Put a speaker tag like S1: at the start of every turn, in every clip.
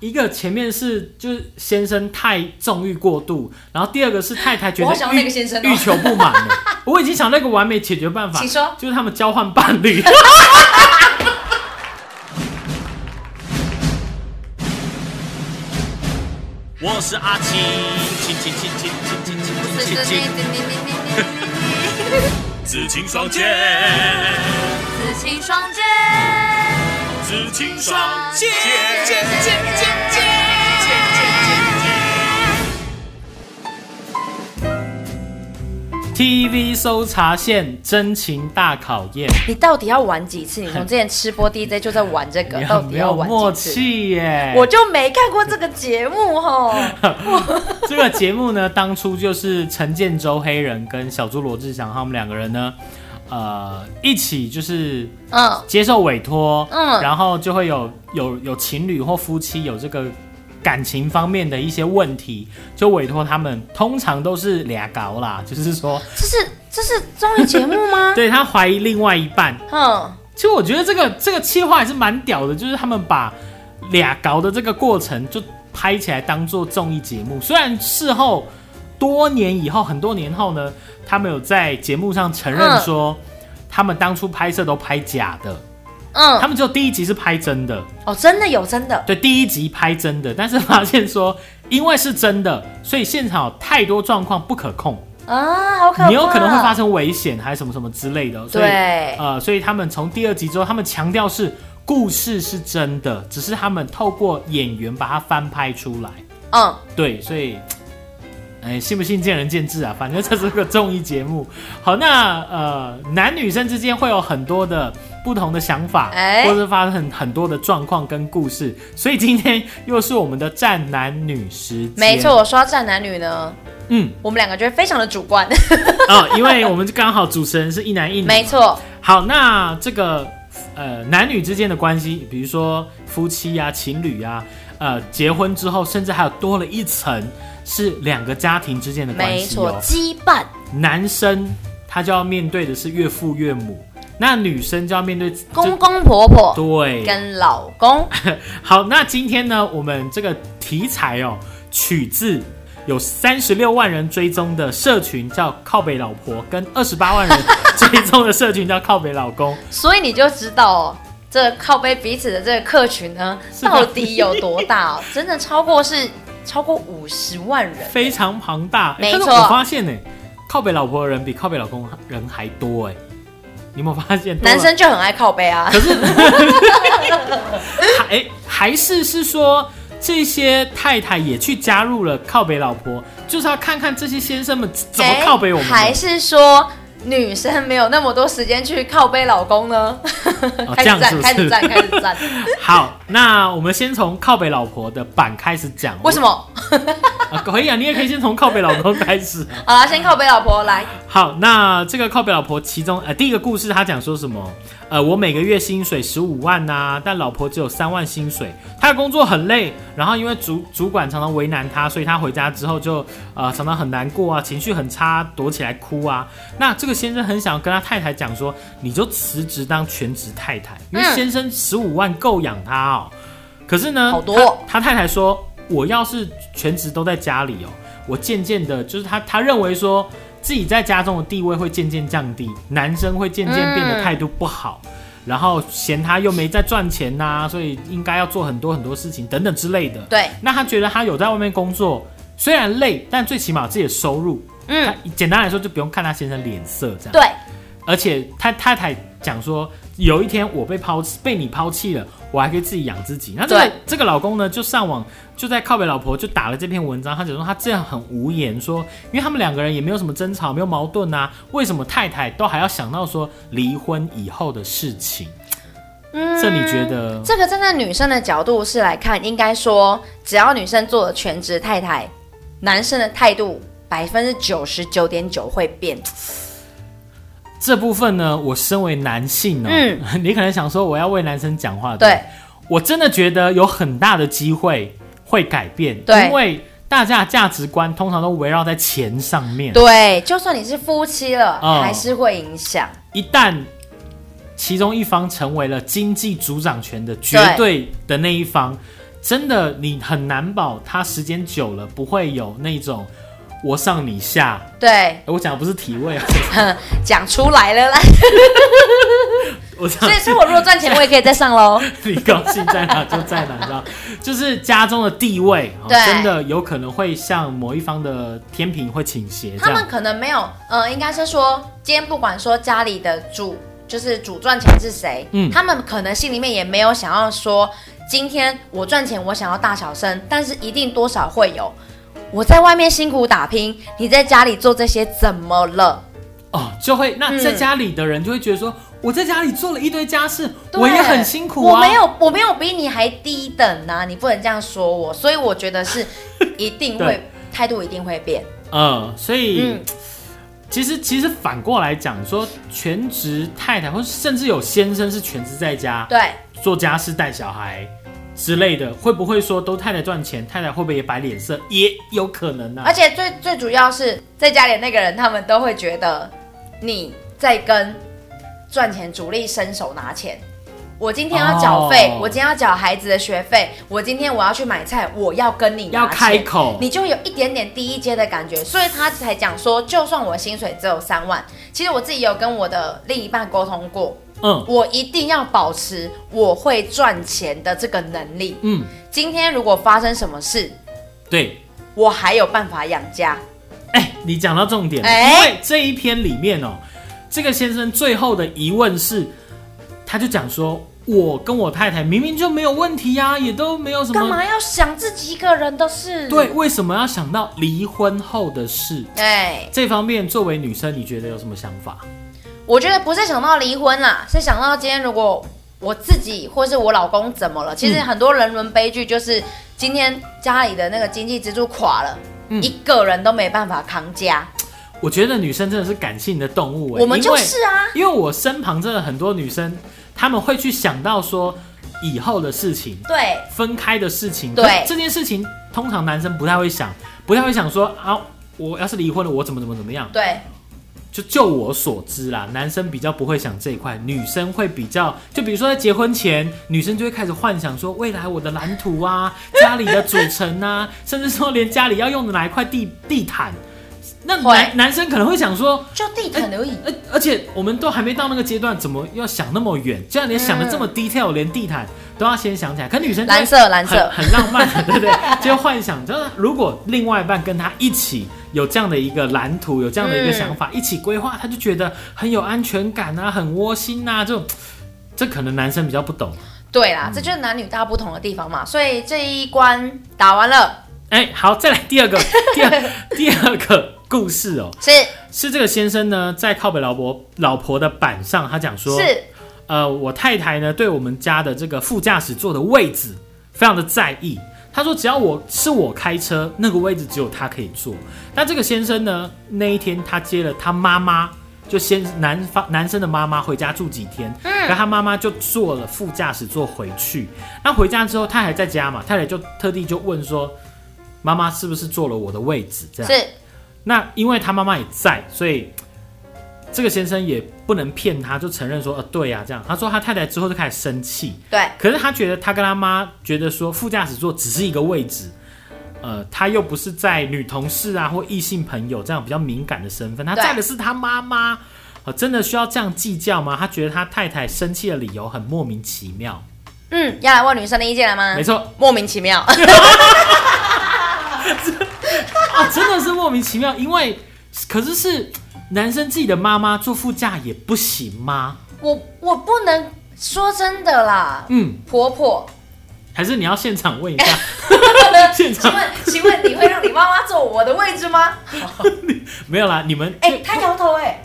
S1: 一个前面是就是先生太纵欲过度，然后第二个是太太觉
S2: 我好想
S1: 得
S2: 要那
S1: 欲
S2: 个先生哦
S1: 欲求不满了。我已经想到一个完美解决办法，
S2: 请说
S1: 就是他们交换伴侣。
S3: 我是阿青，青青青青青青青青青青，紫青双剑，
S2: 紫青双剑，
S3: 紫青双剑。
S2: 剑剑剑剑剑
S1: TV 搜查线真情大考验，
S2: 你到底要玩几次？你从之前吃播 DJ 就在玩这个，
S1: 你
S2: 到
S1: 很
S2: 底
S1: 没
S2: 要
S1: 有
S2: 玩
S1: 默
S2: 几次？
S1: 契耶！
S2: 我就没看过这个节目吼，
S1: 这个节目呢，当初就是陈建州黑人跟小猪罗志祥他们两个人呢，呃，一起就是
S2: 嗯，
S1: 接受委托，
S2: 嗯
S1: 然后就会有有有情侣或夫妻有这个感情方面的一些问题，就委托他们，通常都是俩搞啦，就是说，
S2: 这是这是综艺节目 吗？
S1: 对他怀疑另外一半。
S2: 嗯，
S1: 其实我觉得这个这个企划还是蛮屌的，就是他们把俩搞的这个过程就拍起来当做综艺节目，虽然事后多年以后，很多年后呢，他们有在节目上承认
S2: 嗯
S1: 说，他们当初拍摄都拍假的，他
S2: 嗯，
S1: 们只有第一集是拍真的。
S2: 哦，真的有真的，
S1: 对，第一集拍真的，但是发现说，因为是真的，所以现场有太多状况不可控，
S2: 啊，好可怕！
S1: 你有可能会发生危险，还是什么什么之类的。所以，
S2: 对
S1: 呃，所以他们从第二集之后，他们强调是故事是真的，只是他们透过演员把它翻拍出来。
S2: 嗯，
S1: 对，所以，哎，信不信见仁见智啊。反正这是个综艺节目。好，那呃，男女生之间会有很多的不同的想法，
S2: 哎
S1: 或是发生很很多的状况跟故事。所以今天又是我们的战男女时间，
S2: 没错，，我说到站男女呢，
S1: 嗯
S2: 我们两个就会非常的主观，
S1: 啊、因为我们就刚好主持人是一男一女，
S2: 没。错，
S1: 好，那这个呃男女之间的关系，比如说夫妻啊、情侣啊，呃，结婚之后，甚至还有多了一层是两个家庭之间的关
S2: 没
S1: 系
S2: 错
S1: 哦，。
S2: 羁绊，
S1: 男生他就要面对的是岳父岳母，那女生就要面对就
S2: 公公婆婆
S1: 对。
S2: 跟老公，
S1: 好，那今天呢，我们这个题材哦，取自。有三十六万人追踪的社群叫靠北老婆，跟二十八万人追踪的社群叫靠北老公。
S2: 所以你就知道哦，这靠背彼此的这个客群呢，
S1: 是吧
S2: 到底有多大、 哦？真的超过是超过五十万人，
S1: 非常庞大。欸
S2: 没
S1: 但是
S2: 错
S1: 我发现呢、靠北老婆的人比靠北老公人还多哎、你有没有发现？多了啊
S2: 男生就很爱靠背啊。
S1: 还、欸还是是说这些太太也去加入了靠北老婆，就是要看看这些先生们怎么
S2: 哎
S1: 靠北我们的。
S2: 还是说女生没有那么多时间去靠背老公呢？ 开
S1: 哦这
S2: 始
S1: 样是
S2: 站，
S1: 不
S2: 开始
S1: 是
S2: 站，开始站。
S1: 好，那我们先从靠北老婆的版开始讲。
S2: 为什
S1: 么、
S2: 么？
S1: 啊？可以啊，你也可以先从靠北老公开始。
S2: 好啦，先靠背老婆来。
S1: 好，那这个靠北老婆其中呃第一个故事，他讲说什么？呃，我每个月薪水十五万呐、但老婆只有三万薪水。他的工作很累，然后因为主主管常常为难他，所以他回家之后就呃常常很难过啊，情绪很差，躲起来哭啊。那这个先生很想跟他太太讲说，你就辞职当全职太太，因为
S2: 嗯
S1: 先生十五万够养他哦。可是呢，
S2: 好多哦
S1: 他他太太说，我要是全职都在家里哦，我渐渐的，就是他他认为说自己在家中的地位会渐渐降低，男生会渐渐变得态度不好，然后嫌他又没在赚钱呐、所以应该要做很多很多事情等等之类的。
S2: 对，
S1: 那他觉得他有在外面工作，虽然累，但最起码有自己的收入。他
S2: 嗯，
S1: 简单来说，就不用看他先生脸色这样。
S2: 对，
S1: 而且他太太讲说，有一天我被抛弃，被你抛弃了，我还可以自己养自己。那这
S2: 对
S1: 个这个老公呢，就上网就在靠北老婆就打了这篇文章，他讲说他这样很无言，说因为他们两个人也没有什么争吵，没有矛盾啊，为什么太太都还要想到说离婚以后的事情？
S2: 嗯
S1: 这你觉得？
S2: 这个站在女生的角度是来看，应该说，只要女生做了全职太太，男生的态度百分之九十九点九会变。
S1: 这部分呢，我身为男性哦， 你可能想说我要为男生讲话，不
S2: 嗯对，
S1: 我真的觉得有很大的机会会改变，
S2: 对
S1: 因为大家的价值观通常都围绕在钱上面。
S2: 对，就算你是夫妻了，
S1: 嗯
S2: 还是会影响。
S1: 一旦其中一方成为了经济主掌权的绝对的那一方，真的你很难保他时间久了不会有那种我上你下。
S2: 对，
S1: 哎我讲的不是体位啊，
S2: 讲出来了啦。
S1: 我讲
S2: 所以，所以我如果赚钱，我也可以再上喽。
S1: 你高兴在哪就在哪，你知道，就是家中的地位，哦
S2: 对
S1: 真的有可能会向某一方的天平会倾斜这
S2: 他们
S1: 样。
S2: 可能没有，呃，应该是说，今天不管说家里的主就是主赚钱是谁，
S1: 嗯
S2: 他们可能心里面也没有想要说，今天我赚钱，我想要大小声，但是一定多少会有。我在外面辛苦打拼，你在家里做这些怎么了？
S1: 哦，就会那
S2: 嗯
S1: 在家里的人就会觉得说，我在家里做了一堆家事，
S2: 对
S1: 我也很辛苦啊。
S2: 我没有，我没有比你还低等呐、你不能这样说我。所以我觉得是一定 会
S1: 对
S2: 态度一定会变。
S1: 嗯，所以、
S2: 嗯
S1: 其实其实反过来讲，说全职太太，或者甚至有先生是全职在家
S2: 对，
S1: 做家事、带小孩之类的，会不会说都太太赚钱，太太会不会也摆脸色？也有可能啊
S2: 而。且最最主要是在家里那个人，他们都会觉得你在跟赚钱主力伸手拿钱。我今天要缴费，
S1: 哦
S2: 我今天要缴孩子的学费，我今天我要去买菜，我要跟你拿
S1: 要开
S2: 钱
S1: 口
S2: 你就有一点点低一阶的感觉，所以他才讲说，就算我薪水只有三万，其实我自己有跟我的另一半沟通过，
S1: 嗯
S2: 我一定要保持我会赚钱的这个能力。
S1: 嗯，
S2: 今天如果发生什么事，
S1: 对。
S2: 我还有办法养家。
S1: 哎、你讲到重点了，
S2: 哎
S1: 因为这一篇里面哦，这个先生最后的疑问是，他就讲说，我跟我太太明明就没有问题呀、也都没有什
S2: 干
S1: 么，
S2: 嘛要想自己一个人的事？
S1: 对，，为什么要想到离婚后的事？
S2: 哎，
S1: 这方面，作为女生，你觉得有什么想法？
S2: 我觉得不是想到离婚啦，是想到今天如果我自己或是我老公怎么了，其实
S1: 嗯
S2: 很多人伦悲剧就是今天家里的那个经济支柱垮了。
S1: 嗯
S2: 一个人都没办法扛家，
S1: 我觉得女生真的是感性的动物、哎，
S2: 我们
S1: 因
S2: 就
S1: 为
S2: 是啊，
S1: 因为我身旁真的很多女生，她们会去想到说以后的事情，
S2: 对，
S1: 分开的事情，
S2: 对
S1: 可是这件事情，通常男生不太会想，不太会想说啊，我要是离婚了，我怎么怎么怎么样。
S2: 对，
S1: 就就我所知啦，男生比较不会想这一块，女生会比较，就比如说在结婚前，女生就会开始幻想说未来我的蓝图 啊，家里的组成啊，甚至说连家里要用的哪一块地地毯，那
S2: 会
S1: 男男生可能会想说。呃
S2: 就地毯而已。
S1: 而而且我们都还没到那个阶段，怎么要想那么远？竟然连想的这么 detail，、连地毯都要先想起来。可女生就会
S2: 嗯蓝色，蓝
S1: 很
S2: 色，
S1: 很浪漫， 对不对？就幻想，就是如果另外一半跟他一起有这样的一个蓝图，有这样的
S2: 嗯
S1: 一个想法，一起规划，他就觉得很有安全感啊，很窝心呐、啊，这种。这可能男生比较不懂。
S2: 对
S1: 嗯
S2: 啦，这就是男女大不同的地方嘛。所以这一关打完了，
S1: 哎，好，再来第 二个，第二第二个故事哦，
S2: 是
S1: 是这个先生呢，在靠北老婆老婆的板上，他讲说，
S2: 是，
S1: 呃，我太太呢对我们家的这个副驾驶座的位置非常的在意。她说，只要我是我开车，那个位置只有她可以坐。那这个先生呢，那一天他接了他妈妈，就先男方男生的妈妈回家住几天，然后他妈妈就坐了副驾驶座回去。那回家之后，他还在家嘛，太太就特地就问说，妈妈是不是坐了我的位置？这样
S2: 是
S1: 那因为他妈妈也在，所以这个先生也不能骗他，就承认说，呃，对呀、这样。他说他太太之后就开始生气，
S2: 对，
S1: 可是他觉得他跟他妈觉得说副驾驶座只是一个位置，呃，他又不是在女同事啊或异性朋友这样比较敏感的身份，他
S2: 对
S1: 在的是他妈妈，呃，真的需要这样计较吗？他觉得他太太生气的理由很莫名其妙。
S2: 嗯，要来问女生的意见了吗？
S1: 没，错，
S2: 莫名其妙。
S1: 啊，真的是莫名其妙，因为可是是男生自己的妈妈坐副驾也不行吗？
S2: 我我不能说真的啦，
S1: 嗯。
S2: 婆婆，
S1: 还是你要现场问一 下？现
S2: 请
S1: 场
S2: 问请问你会让你妈妈坐我的位置吗？
S1: 没有啦，你们
S2: 哎、她摇头哎、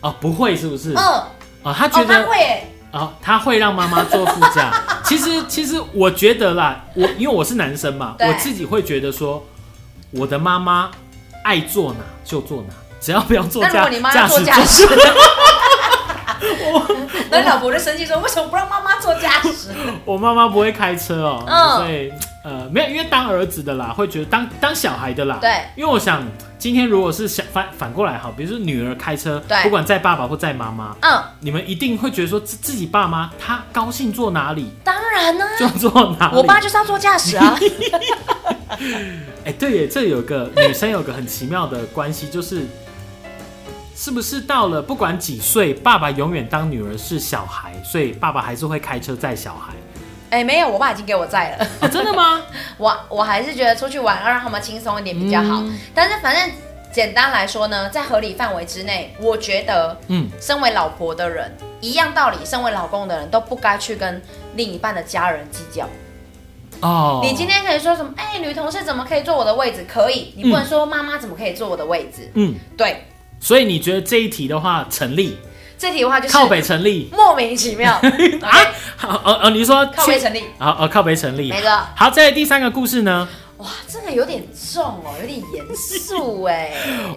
S1: 哦不会是不是？
S2: 嗯，
S1: 哦，
S2: 哦，
S1: 他觉
S2: 她
S1: 得
S2: 会哎、
S1: 哦他会让妈妈坐副驾。 其实其实我觉得啦，我因为我是男生嘛，
S2: 对
S1: 我自己会觉得说，我的妈妈爱坐哪就坐哪，只要不要坐
S2: 那如
S1: 驾
S2: 果你妈要坐
S1: 驶
S2: 驾
S1: 座。
S2: 驶，那你老婆就生气说，为什么不让妈妈坐驾驶？
S1: 我妈妈不会开车哦，
S2: 嗯
S1: 所以呃，没有，因为当儿子的啦，会觉得当当小孩的啦，
S2: 对，
S1: 因为我想今天如果是想反反过来好，比如说女儿开车，
S2: 对
S1: 不管在爸爸或在妈妈，
S2: 嗯，
S1: 你们一定会觉得说自自己爸妈他高兴坐哪里
S2: 当然呢、
S1: 就坐哪里。
S2: 嗯我爸就是要坐驾驶啊，
S1: 哎、对耶，这有个女生有个很奇妙的关系，就是是不是到了不管几岁，爸爸永远当女儿是小孩，所以爸爸还是会开车载小 孩。
S2: 哎、没有，我爸已经给我载了，
S1: 哦，真的吗？
S2: 我我还是觉得出去玩要让他们轻松一点比较好，
S1: 嗯
S2: 但是反正简单来说呢，在合理范围之内，我觉得
S1: 嗯，
S2: 身为老婆的人，一样道理，身为老公的人都不该去跟另一半的家人计较。
S1: 哦，
S2: 你今天可以说什么？哎、女同事怎么可以坐我的位置？可以，你不能说妈妈怎么可以坐我的位置。
S1: 嗯，
S2: 对，
S1: 所以你觉得这一题的话成立，
S2: 这题的话就是
S1: 靠北成立
S2: 莫名其妙
S1: 啊？好哦哦，你说
S2: 靠背成立。
S1: 好哦，靠北成立
S2: 没。了，
S1: 好，在第三个故事呢，
S2: 哇，这个有点重哦，有点严肃 哎。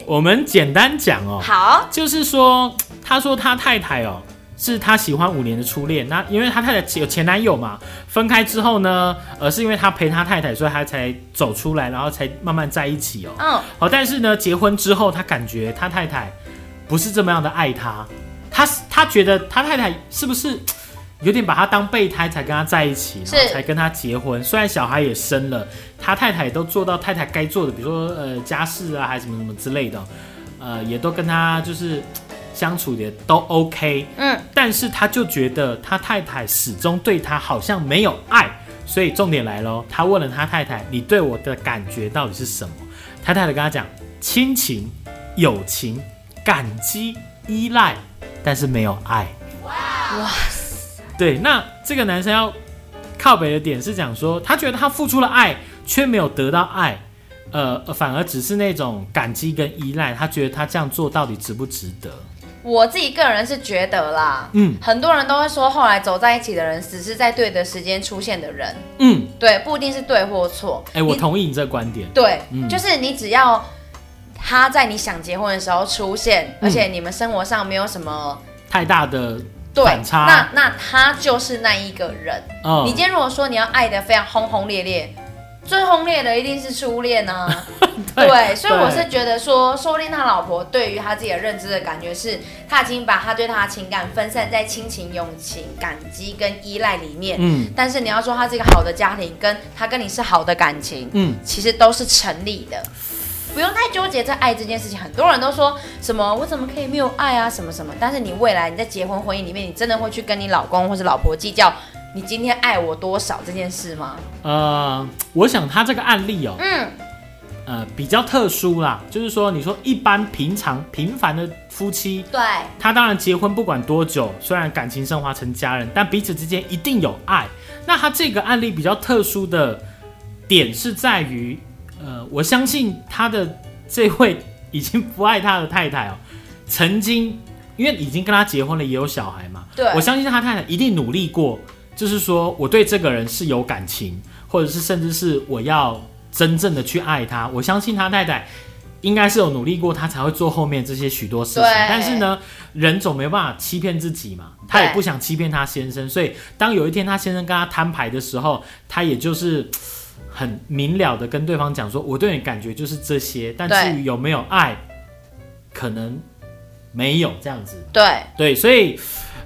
S1: 我们简单讲哦，
S2: 好，
S1: 就是说，他说他太太哦，是他喜欢五年的初恋。那因为他太太有前男友嘛，分开之后呢，呃，是因为他陪他太太，所以他才走出来，然后才慢慢在一起哦。
S2: 嗯，
S1: 好，但是呢，结婚之后，他感觉他太太不是这么样的爱他，他他觉得他太太是不是有点把他当备胎才跟他在一起，然后
S2: 是
S1: 才跟他结婚？虽然小孩也生了，他太太也都做到太太该做的，比如说呃家事啊，还是什么什么之类的，呃，也都跟他就是相处的都 OK，
S2: 嗯，
S1: 但是他就觉得他太太始终对他好像没有爱，所以重点来喽，他问了他太太：“你对我的感觉到底是什么？”他太太跟他讲：亲情、友情、感激、依赖，但是没有爱。
S2: 哇，
S1: 对，那这个男生要靠北的点是讲说，他觉得他付出了爱，却没有得到爱，呃，反而只是那种感激跟依赖，他觉得他这样做到底值不值得？
S2: 我自己个人是觉得啦，
S1: 嗯
S2: 很多人都会说，后来走在一起的人，只是在对的时间出现的人，
S1: 嗯，
S2: 对，不一定是对或错。
S1: 哎、我
S2: 你
S1: 同意你这个观点。
S2: 对，
S1: 嗯
S2: 就是你只要他在你想结婚的时候出现，
S1: 嗯
S2: 而且你们生活上没有什么
S1: 太大的
S2: 对，
S1: 反差
S2: 那那他就是那一个人。
S1: 哦，
S2: 你今天如果说你要爱的非常轰轰烈烈，最轰烈的一定是初恋啊。
S1: 哎
S2: 对，所以我是觉得说，说不定他老婆对于他自己的认知的感觉是，他已经把他对他的情感分散在亲情、友情、感激跟依赖里面。
S1: 嗯
S2: 但是你要说他是一个好的家庭，跟他跟你是好的感情，
S1: 嗯
S2: 其实都是成立的，不用太纠结在爱这件事情。很多人都说什么我怎么可以没有爱啊，什么什么。但是你未来你在结婚婚姻里面，你真的会去跟你老公或是老婆计较你今天爱我多少这件事吗？
S1: 呃，我想他这个案例哦，
S2: 嗯，
S1: 呃，比较特殊啦，就是说，你说一般平常平凡的夫妻，
S2: 对，
S1: 他当然结婚不管多久，虽然感情升华成家人，但彼此之间一定有爱。那他这个案例比较特殊的点是在于，呃，我相信他的这位已经不爱他的太太哦，曾经因为已经跟他结婚了，也有小孩嘛，
S2: 对
S1: 我相信他太太一定努力过，就是说我对这个人是有感情，或者是甚至是我要真正的去爱他。我相信他太太应该是有努力过，他才会做后面这些许多事情。
S2: 对
S1: 但是呢，人总没办法欺骗自己嘛，他也
S2: 对
S1: 不想欺骗他先
S2: 嗯
S1: 生，所以当有一天他先生跟他摊牌的时候，他也就是。很明了的跟对方讲说，我对你感觉就是这些，但
S2: 对
S1: 至于有没有爱，可能没有这样子。
S2: 对，
S1: 对，所以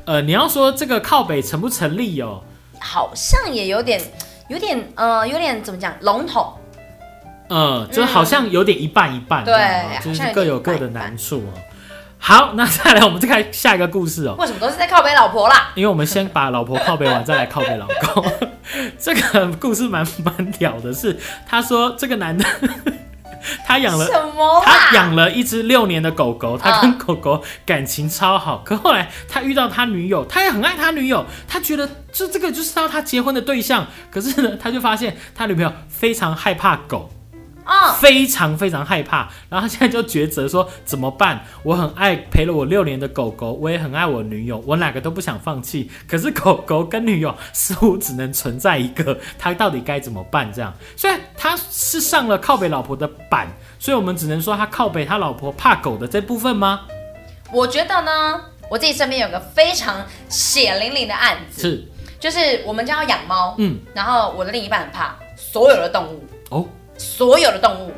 S1: 呃，你要说这个靠北成不成立哦？
S2: 好像也有点，有点呃，有点怎么讲笼统。
S1: 呃，就是好像有点一半一半，
S2: 嗯对
S1: 这样哦就
S2: 好像
S1: 是
S2: 有
S1: 各有各的难处哦。好，那再来我们再看下一个故事哦，
S2: 为什么都是在靠北老婆啦？
S1: 因为我们先把老婆靠北完，再来靠北老公。 这个故事蛮蛮屌的是，他说这个男的 他养了
S2: 什么
S1: 他
S2: 啦？
S1: 养了一只六年的狗狗，他跟狗狗感情超好。可后来他遇到他女友，他也很爱他女友，他觉得这这个就是要他结婚的对象。可是呢，他就发现他女朋友非常害怕狗，
S2: 嗯，
S1: 非常非常害怕。然后他现在就抉择说怎么办？我很爱陪了我六年的狗狗，我也很爱我女友，我哪个都不想放弃。可是狗狗跟女友似乎只能存在一个，他到底该怎么办？这样，虽然他是上了靠北老婆的版，所以我们只能说他靠北他老婆怕狗的这部分吗？
S2: 我觉得呢，我自己身边有个非常血淋淋的案子，
S1: 是，
S2: 就是我们家要养猫，
S1: 嗯
S2: 然后我的另一半很怕，所有的动物，
S1: 哦，
S2: 所有的动物，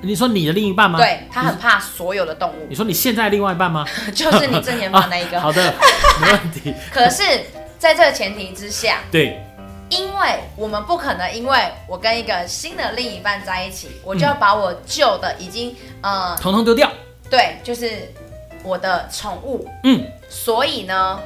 S1: 你说你的另一半吗？
S2: 对他
S1: 你
S2: 很怕所有的动物
S1: 你，说你现在另外一半吗？
S2: 就是你正前方那一
S1: 啊
S2: 个。
S1: 好的，没问题。
S2: 可是，在这个前提之下，
S1: 对，
S2: 因为我们不可能，因为我跟一个新的另一半在一起，我就要把我旧的已经，呃，
S1: 统统丢掉。
S2: 对，就是我的宠物。
S1: 嗯，
S2: 所以呢，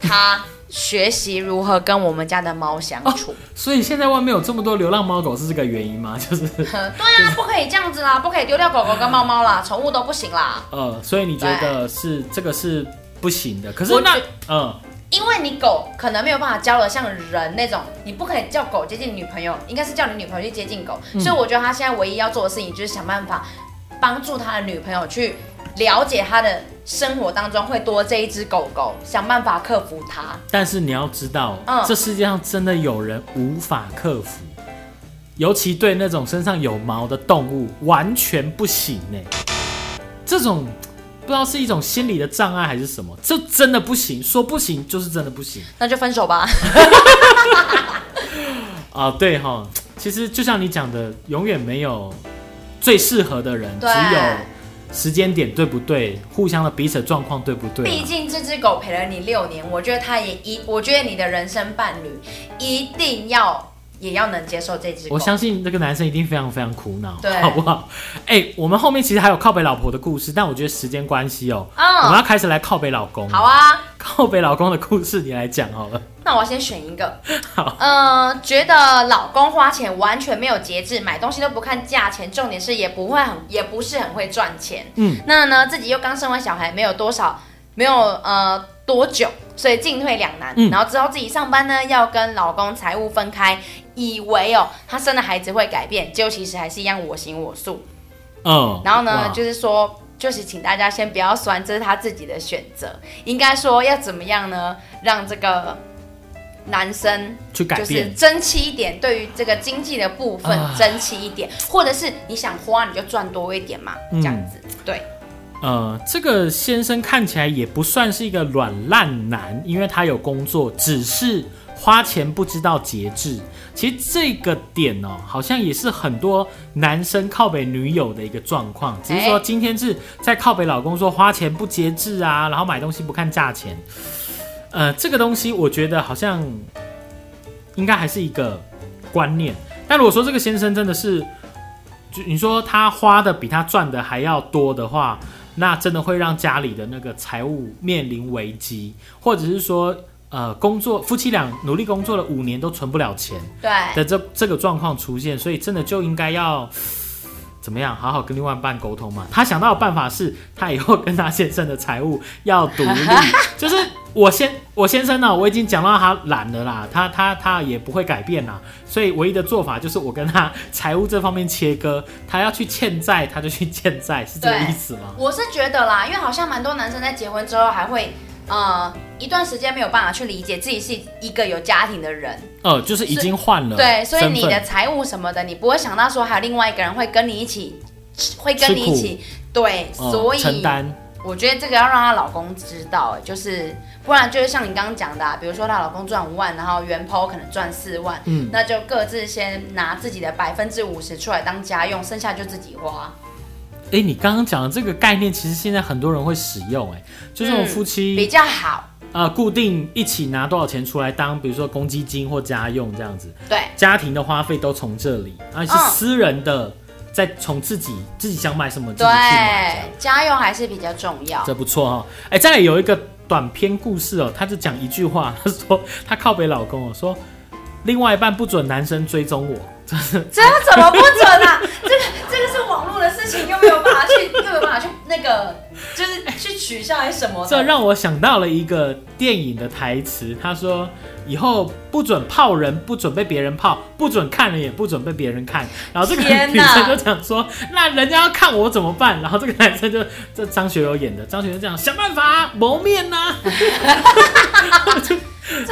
S2: 他学习如何跟我们家的猫相处。
S1: 所以现在外面有这么多流浪猫狗是这个原因吗？ 就是
S2: 呃对啊，不可以这样子啦，不可以丢掉狗狗跟猫猫啦，宠物都不行啦。
S1: 呃，所以你觉得是这个是不行的？可是
S2: 我
S1: 那
S2: 觉
S1: 嗯，
S2: 因为你狗可能没有办法交的像人那种，你不可以叫狗接近女朋友，应该是叫你女朋友去接近狗。所以我觉得他现在唯一要做的事情就是想办法帮助他的女朋友去了解他的生活当中会多这一只狗狗，想办法克服它。
S1: 但是你要知道，
S2: 嗯
S1: 这世界上真的有人无法克服，尤其对那种身上有毛的动物完全不行呢、这种不知道是一种心理的障碍还是什么，这真的不行，说不行就是真的不行
S2: 那就分手吧。
S1: 啊！对哈，其实就像你讲的，永远没有最适合的人，只
S2: 对
S1: 有时间点对不对，互相的彼此状况对不对啊、
S2: 毕竟这只狗陪了你六年，我觉得它也一，我觉得你的人生伴侣一定要也要能接受这只狗。
S1: 我相信这个男生一定非常非常苦恼，
S2: 对
S1: 好不好？哎、我们后面其实还有靠北老婆的故事，但我觉得时间关系哦、我们
S2: 嗯，
S1: 要开始来靠北老公。
S2: 好，啊，
S1: 靠北老公的故事你来讲好了。
S2: 那我先选一个。
S1: 好，
S2: 呃，觉得老公花钱完全没有节制，买东西都不看价钱，重点是也不会很，也不是很会赚钱。
S1: 嗯，
S2: 那呢，自己又刚生完小孩，没有多少，没有呃多久，所以进退两难。
S1: 嗯
S2: 然后之后自己上班呢，要跟老公财务分开，以为哦她生了孩子会改变，结果其实还是一样我行我素。
S1: 嗯，
S2: 然
S1: 哇
S2: 后呢，就是说，就是请大家先不要酸，这是他自己的选择。应该说要怎么样呢？让这个男生
S1: 去改
S2: 就是
S1: 变，
S2: 争气一点，对于这个经济的部分
S1: 啊
S2: 争气一点，或者是你想花你就赚多一点嘛，
S1: 嗯
S2: 这样子。对，
S1: 呃，这个先生看起来也不算是一个软烂男，因为他有工作，只是花钱不知道节制。其实这个点哦，好像也是很多男生靠北女友的一个状况，只是说
S2: 哎
S1: 今天是在靠北老公说花钱不节制啊，然后买东西不看价钱。呃，这个东西我觉得好像应该还是一个观念。但如果说这个先生真的是，就你说他花的比他赚的还要多的话，那真的会让家里的那个财务面临危机，或者是说，呃，工作夫妻俩努力工作了五年都存不了钱
S2: 对，
S1: 的这这个状况出现，所以真的就应该要怎么样，好好跟另外一半沟通嘛。他想到的办法是，他以后跟他先生的财务要独 立，就是我先我先生呢、我已经讲到他懒了啦，他他他也不会改变啦，所以唯一的做法就是我跟他财务这方面切割，他要去欠债他就去欠债，是这个
S2: 对
S1: 意思吗？
S2: 我是觉得啦，因为好像蛮多男生在结婚之后还会呃一段时间没有办法去理解自己是一个有家庭的人。
S1: 呃，就是已经换了
S2: 对，所以
S1: 身
S2: 你
S1: 份
S2: 的财务什么的，你不会想到说还有另外一个人会跟你一起，会跟你一起，对，
S1: 呃
S2: 所
S1: 承
S2: 以
S1: 担
S2: 我觉得这个要让她老公知道，就是不然就是像你刚刚讲的、啊，比如说她老公赚五万，然后原 PO 可能赚四万，
S1: 嗯
S2: 那就各自先拿自己的百分之五十出来当家用，剩下就自己花。
S1: 哎、你刚刚讲的这个概念，其实现在很多人会使用、哎，就这种
S2: 嗯
S1: 夫妻、
S2: 比较好，
S1: 啊，固定一起拿多少钱出来当，比如说公积金或家用这样子，
S2: 对
S1: 家庭的花费都从这里，而、是
S2: 嗯
S1: 私人的，再从自己自己想买什么自己去买这样
S2: 对，家用还是比较重要。
S1: 这不错哈、哦。哎，再来有一个短篇故事哦，他就讲一句话，他说他靠北老公哦，说另外一半不准男生追踪我，
S2: 这怎么不准啊？ 这个这个是网络的事情，又没有办法去，又没有办法去那个，就是去取笑还是什么
S1: 这
S2: 的。
S1: 让我想到了一个电影的台词，他说以后不准泡人，不准被别人泡，不准看人，也不准被别人看。然后这个
S2: 天
S1: 女
S2: 哪
S1: 生就讲说，那人家要看我怎么办？然后这个男生就这张学友演的，张学友就这样想办法啊、谋面呐、
S2: 这个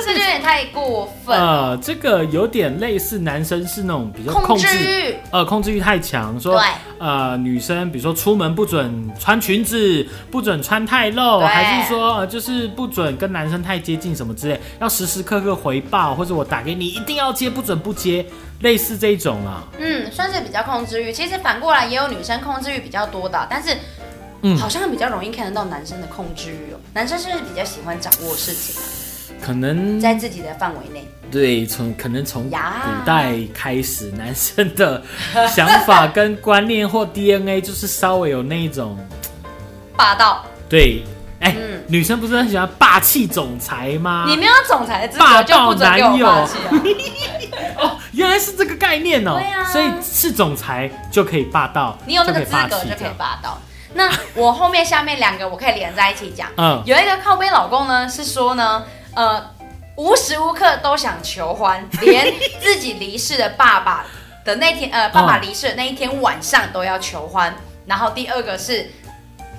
S2: 就有点太过分。
S1: 呃，这个有点类似男生是那种比较控
S2: 控
S1: 制，
S2: 制欲，
S1: 呃，控制欲太强，说
S2: 对
S1: 呃，女生比如说出门不准穿裙子，不准穿太露，
S2: 对
S1: 还是说呃，就是不准跟男生太接近什么之类，要时时刻刻回报，或者我打给你一定要接，不准不接，类似这一种啊啦。
S2: 嗯，算是比较控制欲。其实反过来也有女生控制欲比较多的，但是。
S1: 嗯
S2: 好像比较容易看得到男生的控制欲哦，男生是不是比较喜欢掌握事情啊，
S1: 可能
S2: 在自己的范围内？
S1: 对从可能从
S2: 呀
S1: 古代开始，男生的 想法跟观念或 DNA 就是稍微有那一种
S2: 霸道，
S1: 对，哎、
S2: 嗯
S1: 女生不是很喜欢霸气总裁吗？
S2: 你没有总裁的资
S1: 啊霸
S2: 格就
S1: 道
S2: 不准
S1: 男
S2: 给我
S1: 友
S2: 霸气啊！
S1: 原来是这个概念哦、
S2: 对啊
S1: 所以是总裁就可以霸道，
S2: 你有那个
S1: 就
S2: 资
S1: 可以霸
S2: 格
S1: 气
S2: 就
S1: 这
S2: 可以
S1: 样
S2: 霸道。那我后面下面两个我可以连在一起讲。
S1: 嗯
S2: 有一个靠背老公呢，是说呢，呃，无时无刻都想 求欢，连自己离世的爸爸的那天，呃，
S1: 哦
S2: 爸爸离世的那一天晚上都要求欢。然后第二个是。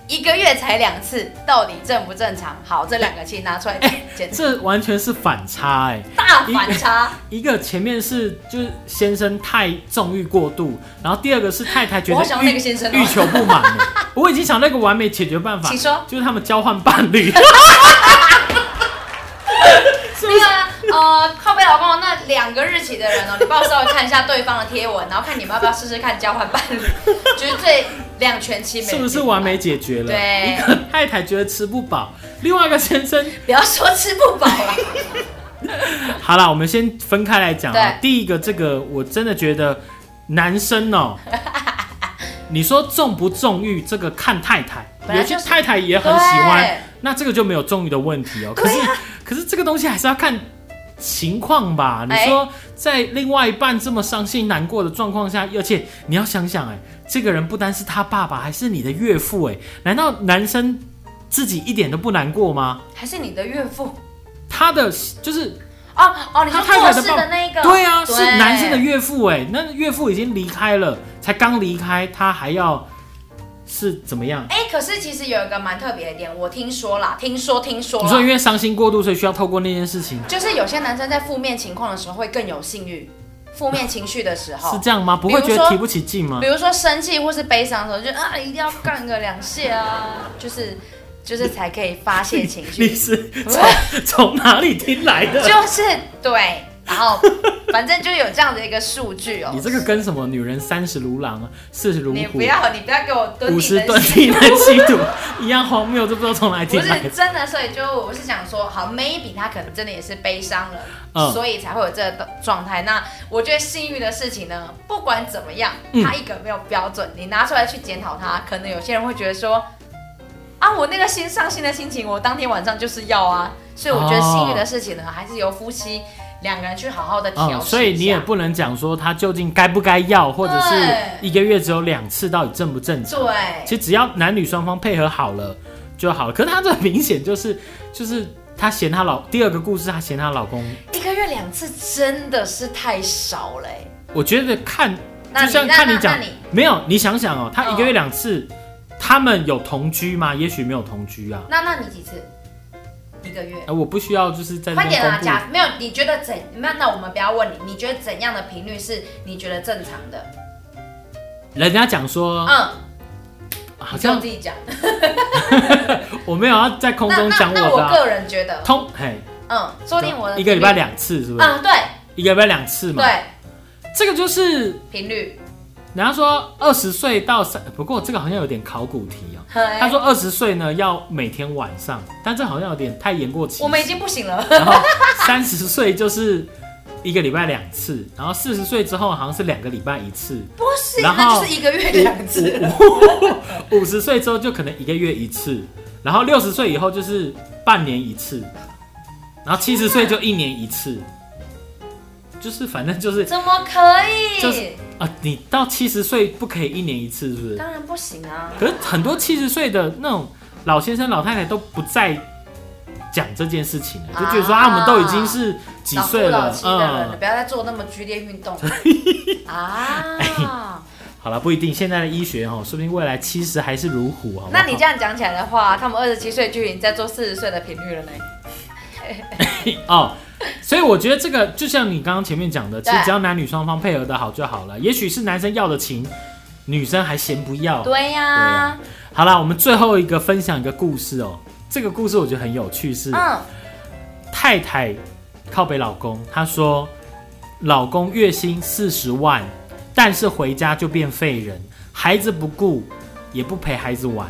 S2: 一个月才两次，到底正不正常？好，这两个其实拿出来检
S1: 哎
S2: 查，
S1: 这完全是反差哎、
S2: 大反差。
S1: 一个前面是就是先生太纵欲过度，然后第二个是太太觉
S2: 我
S1: 得
S2: 好想要
S1: 欲
S2: 那个先生哦
S1: 欲求不满欸、 我已经想到一个完美解决办法，
S2: 请说
S1: 就是他们交换伴 侣，
S2: 那个呃，靠背老公那两个日期的人哦，你帮我稍微看一下对方的贴文，然后看你们要不要试试看交换伴侣，就是最两全其美，
S1: 是不是完美？解决了？
S2: 对
S1: 一个 太太觉得吃不饱，另外一个先生，
S2: 不要说吃不饱啊 了，
S1: 好啦，我们先分开来讲啊
S2: 对。
S1: 第一个，这个我真的觉得男生 哦、你说重不重欲，这个看太太，
S2: 本
S1: 有
S2: 来
S1: 些
S2: 就是
S1: 太太也很喜
S2: 对
S1: 欢，那这个就没有重欲的问题哦、可是， 可是这个东西还是要看情况吧。你
S2: 哎
S1: 说在另外一半这么伤心难过的状况下，而且你要想想、哎，这个人不单是他爸爸，还是你的岳父、哎，难道男生自己一点都不难过吗？
S2: 还是你的岳父
S1: 他的就是
S2: 哦哦，你
S1: 他
S2: 说
S1: 太太
S2: 过
S1: 的
S2: 世
S1: 爸
S2: 的那一个，
S1: 对啊，是
S2: 对
S1: 男生的岳父哎、那岳父已经离开了，才刚离开，他还要是怎么样？
S2: 哎、可是其实有一个蛮特别的点，我听说啦，听说听说
S1: 你说因
S2: 啦，
S1: 为伤心过度，所以需要透过那件事情，
S2: 就是有些男生在负面情况的时候会更有性欲，负面情绪的时候
S1: 是。这样吗？不会觉
S2: 比如
S1: 得
S2: 说
S1: 提不起劲吗
S2: 比？如说生气或是悲伤的时候，就啊一定要干个两下啊，就是就是才可以发泄情
S1: 你
S2: 绪，
S1: 是从 从哪里听来的？
S2: 就是对，然后反正就有这样的一个数据哦
S1: 你。这个跟什么女人三十如狼，啊四十如
S2: 你
S1: 虎
S2: 不，要你不要给我蹲
S1: 五
S2: 地
S1: 十
S2: 的
S1: 遁地能吸 毒一样荒谬，这不知道从哪里
S2: 不
S1: 听来
S2: 是
S1: 的。
S2: 真的，所以就我是想说，好，maybe 他可能真的也是悲伤了，
S1: 嗯
S2: 所以才会有这个状态。那我觉得性欲的事情呢，不管怎么样，
S1: 嗯
S2: 他一个没有标准，你拿出来去检讨他，可能有些人会觉得说，啊，我那个心上心的心情，我当天晚上就是要啊。所以我觉得性欲的事情呢，还是由夫妻两个人去好好的调试一
S1: 嗯，
S2: 下、
S1: 所以你也不能讲说他究竟该不该要，或者是
S2: 对
S1: 一个月只有两次，到底正不正常？
S2: 对，
S1: 其实只要男女双方配合好了就好了。可是她这明显就是就是她嫌她老第二个故事，她嫌她老公，
S2: 一个月两次真的是太少了欸、
S1: 我觉得看就
S2: 那你
S1: 像
S2: 那
S1: 看
S2: 那
S1: 你讲
S2: 那你
S1: 没有，你想想哦，她一个
S2: 嗯
S1: 月两次，他们有同居吗？也许没有同居啊。
S2: 那那你几次？一个月？
S1: 哎、我不需要就是在那
S2: 快
S1: 边
S2: 点啦，
S1: 公布。
S2: 假没有？你觉得怎？那那我们不要问你，你觉得怎样的频率是你觉得正常的？
S1: 人家讲说，
S2: 嗯，
S1: 啊好
S2: 你就
S1: 像
S2: 自己讲。
S1: 我没有要在空
S2: 那
S1: 中
S2: 那
S1: 讲
S2: 那
S1: 的、
S2: 我
S1: 啊。
S2: 个人觉得，
S1: 通嘿，
S2: 嗯，说不定我 的
S1: 一个礼拜
S2: 频率
S1: 两次，是不是？
S2: 啊，对
S1: 一个礼拜两次嘛。
S2: 对，
S1: 这个就是
S2: 频率。
S1: 人家说二十岁到三，不过这个好像有点考古题哦、他
S2: 他
S1: 说二十岁呢要每天晚上，但这好像有点太言过其实。
S2: 我们已经不 行了，
S1: 然后三十岁就是一个礼拜两次，然后四十岁之后好像是两个礼拜一次，
S2: 不行，
S1: 然
S2: 那
S1: 后
S2: 就是一个月两次。
S1: 五十岁之后就可能一个月一次，然后六十岁以后就是半年一次，然后七十岁就一年一次，就是反正就是
S2: 怎么可
S1: 就是
S2: 以？
S1: 啊、你到七十岁不可以一年一次，是不是？
S2: 当然不行啊。
S1: 可是很多七十岁的那种老先生、老太太都不再讲这件事情了，就觉得说啊，
S2: 啊
S1: 我们都已经是几
S2: 老夫
S1: 岁
S2: 老
S1: 了，
S2: 妻的人了，
S1: 嗯，
S2: 不要再做那么剧烈 运动啊。
S1: 哎好了，不一定。现在的医学哦，说不定未来七十还是如虎，啊好不好
S2: 那你这样讲起来的话，他们二十七岁就已经在做四十岁的频率了呢。
S1: 以哦，所以我觉得这个就像你刚刚前面讲的，其实
S2: 对
S1: 只要男女双方配合的好就好了。也许是男生要的情，女生还嫌不要。
S2: 对呀、
S1: 好啦，我们最后一个分享一个故事哦。这个故事我觉得很有趣是，
S2: 嗯，
S1: 太太靠北老公，她说老公月薪四十万，但是回家就变废人，孩子不顾，也不陪孩子玩，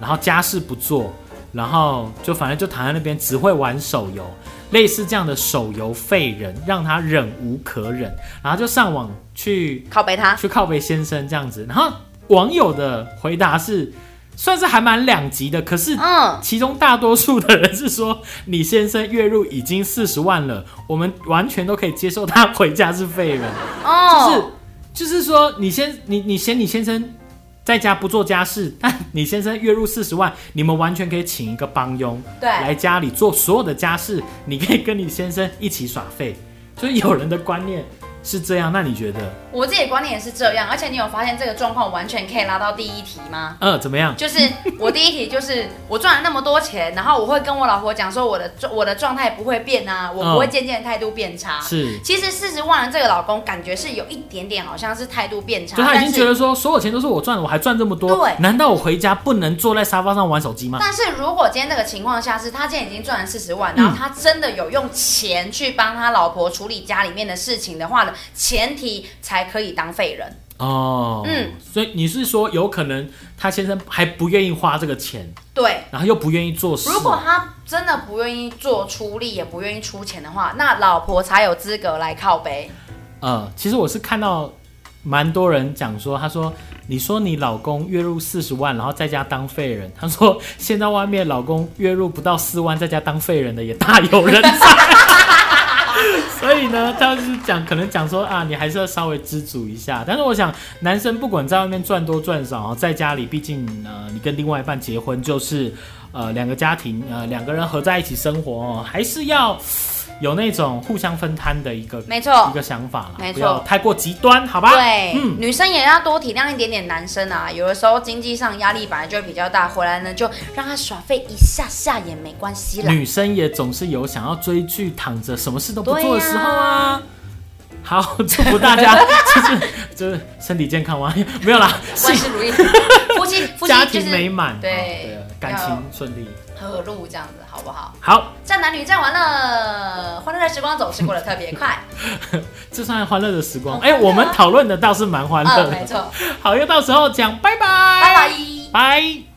S1: 然后家事不做，然后就反正就躺在那边只会玩手游，类似这样的手游废人，让她忍无可忍，然后就上网去
S2: 靠背他，
S1: 去靠北先生这样子，然后网友的回答是算是还蛮两极的，可是
S2: 嗯，
S1: 其中大多数的人是说，李先生月入已经四十万了，我们完全都可以接受他回家是废人，就是
S2: 哦，
S1: 就是说，你先你你嫌你先生在家不做家事，但你先生月入四十万，你们完全可以请一个帮佣来
S2: 对，
S1: 家里做所有的家事，你可以跟你先生一起耍废，所以有人的观念是这样，那你觉得，
S2: 我自己的观点也是这样，而且你有发现这个状况完全可以拉到第一题吗？
S1: 呃，怎么样？
S2: 就是我第一题就是我赚了那么多钱，然后我会跟我老婆讲说我的状我的状态不会变啊，我不会
S1: 嗯
S2: 渐渐态度变差。
S1: 哦是，
S2: 其实四十万的这个老公感觉是有一点点好像是态度变差，
S1: 就他已经
S2: 但是
S1: 觉得说，所有钱都是我赚的，我还赚这么多
S2: 对，
S1: 难道我回家不能坐在沙发上玩手机吗？
S2: 但是如果今天这个情况下是他今天已经赚了四十
S1: 嗯
S2: 万，然后他真的有用钱去帮他老婆处理家里面的事情的话呢，前提才可以当废人。
S1: 哦，
S2: 嗯，
S1: 所以你是说有可能他先生还不愿意花这个钱，
S2: 对，
S1: 然后又不愿意做事，
S2: 如果他真的不愿意做出力，也不愿意出钱的话，那老婆才有资格来靠背。
S1: 呃，其实我是看到蛮多人讲说，他说你说你老公月入四十万，然后在家当废人，他说现在外面老公月入不到四万，在家当废人的也大有人在。 所以呢，他就是讲，可能讲说啊，你还是要稍微知足一下。但是我想，男生不管在外面赚多赚少，哦在家里，毕竟呃，你跟另外一半结婚就是呃两个家庭呃两个人合在一起生活，哦，还是要有那种互相分摊的一个
S2: 没错
S1: 一个想法啦，
S2: 没错
S1: 不要太过极端，好吧？
S2: 对，
S1: 嗯
S2: 女生也要多体谅一点点男生啊。有的时候经济上压力本来就比较大，回来呢就让他耍废一下下也没关系 啦。
S1: 女生也总是有想要追剧、躺着什么事都不
S2: 对
S1: 做的时候啊。
S2: 呀
S1: 好，祝福大家 就是就是身体健康哇，没有啦， 是
S2: 万事如意，夫妻夫妻
S1: 家
S2: 就
S1: 庭美
S2: 是
S1: 满，
S2: 对
S1: 好对感
S2: 要
S1: 情顺利。
S2: 和和路这样子，好不好？
S1: 好，
S2: 站男女站完了，欢乐的时光总是过得特别快。
S1: 这算欢乐的时光。
S2: 好
S1: 哎、
S2: 欢乐啊
S1: 我们讨论的倒是蛮欢乐
S2: 嗯，
S1: 的。
S2: 没错，
S1: 好，又到时候讲，拜拜，
S2: 拜拜。
S1: 拜。